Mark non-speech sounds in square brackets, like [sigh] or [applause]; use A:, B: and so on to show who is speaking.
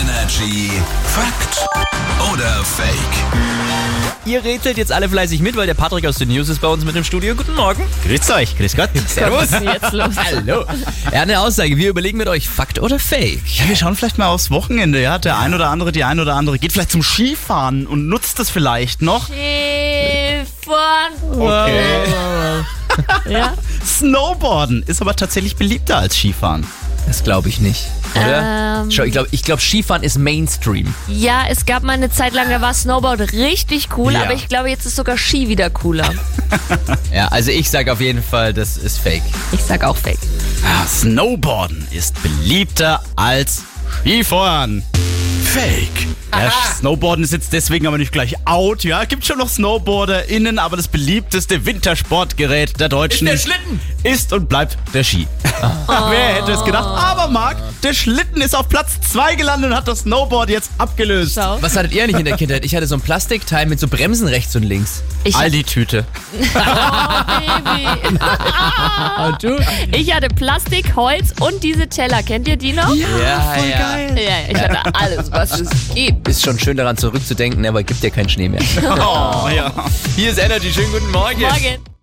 A: Energy Fakt oder Fake?
B: Ihr rätselt jetzt alle fleißig mit, weil der Patrick aus den News ist bei uns mit im Studio. Guten Morgen.
C: Grüßt euch, grüß Gott.
B: Servus.
D: jetzt los?
B: [laughs] Hallo. Er hat eine Aussage. Wir überlegen mit euch, Fakt oder Fake?
C: Ja, wir schauen vielleicht mal aufs Wochenende, ja. Der ein oder andere, die ein oder andere geht vielleicht zum Skifahren und nutzt das vielleicht noch.
D: Schiffern. [laughs]
C: äh,
D: Ja?
C: Snowboarden ist aber tatsächlich beliebter als Skifahren.
B: Das glaube ich nicht. Oder?
D: Ähm.
B: Schau, ich glaube, ich glaub, Skifahren ist Mainstream.
D: ja, es gab mal eine Zeit lang, da war Snowboard richtig cool,
C: Ja.
D: aber ich glaube, jetzt ist sogar Ski wieder cooler.
B: Ja, also ich sage auf jeden Fall, das ist Fake.
D: Ich sag auch Fake.
C: Ah, Snowboarden ist beliebter als Skifahren.
A: Fake.
C: Ja, Snowboarden ist jetzt deswegen aber nicht gleich out, ja. Gibt schon noch SnowboarderInnen, aber das beliebteste Wintersportgerät der Deutschen
B: Ist der Schlitten. Ah.
C: ist und bleibt der Ski. [laughs] Wer hätte es gedacht? Aber Marc, der Schlitten ist auf Platz 2 gelandet und hat das Snowboard jetzt abgelöst.
D: Schau.
B: Was hattet ihr nicht in der Kindheit? Ich hatte so ein Plastikteil mit so Bremsen rechts und links.
D: Ich,
B: All die Tüte.
D: Baby.
B: Und du?
D: ich hatte Plastik, Holz und diese Teller. Kennt ihr die noch?
B: Ja, voll ja. geil.
D: Ja, ich hatte alles, was es gibt.
B: Ist schon schön daran zurückzudenken, ne, weil gibt ja keinen Schnee mehr.
C: Oh, ja.
B: Hier ist Energy. Schönen guten Morgen.
D: Morgen.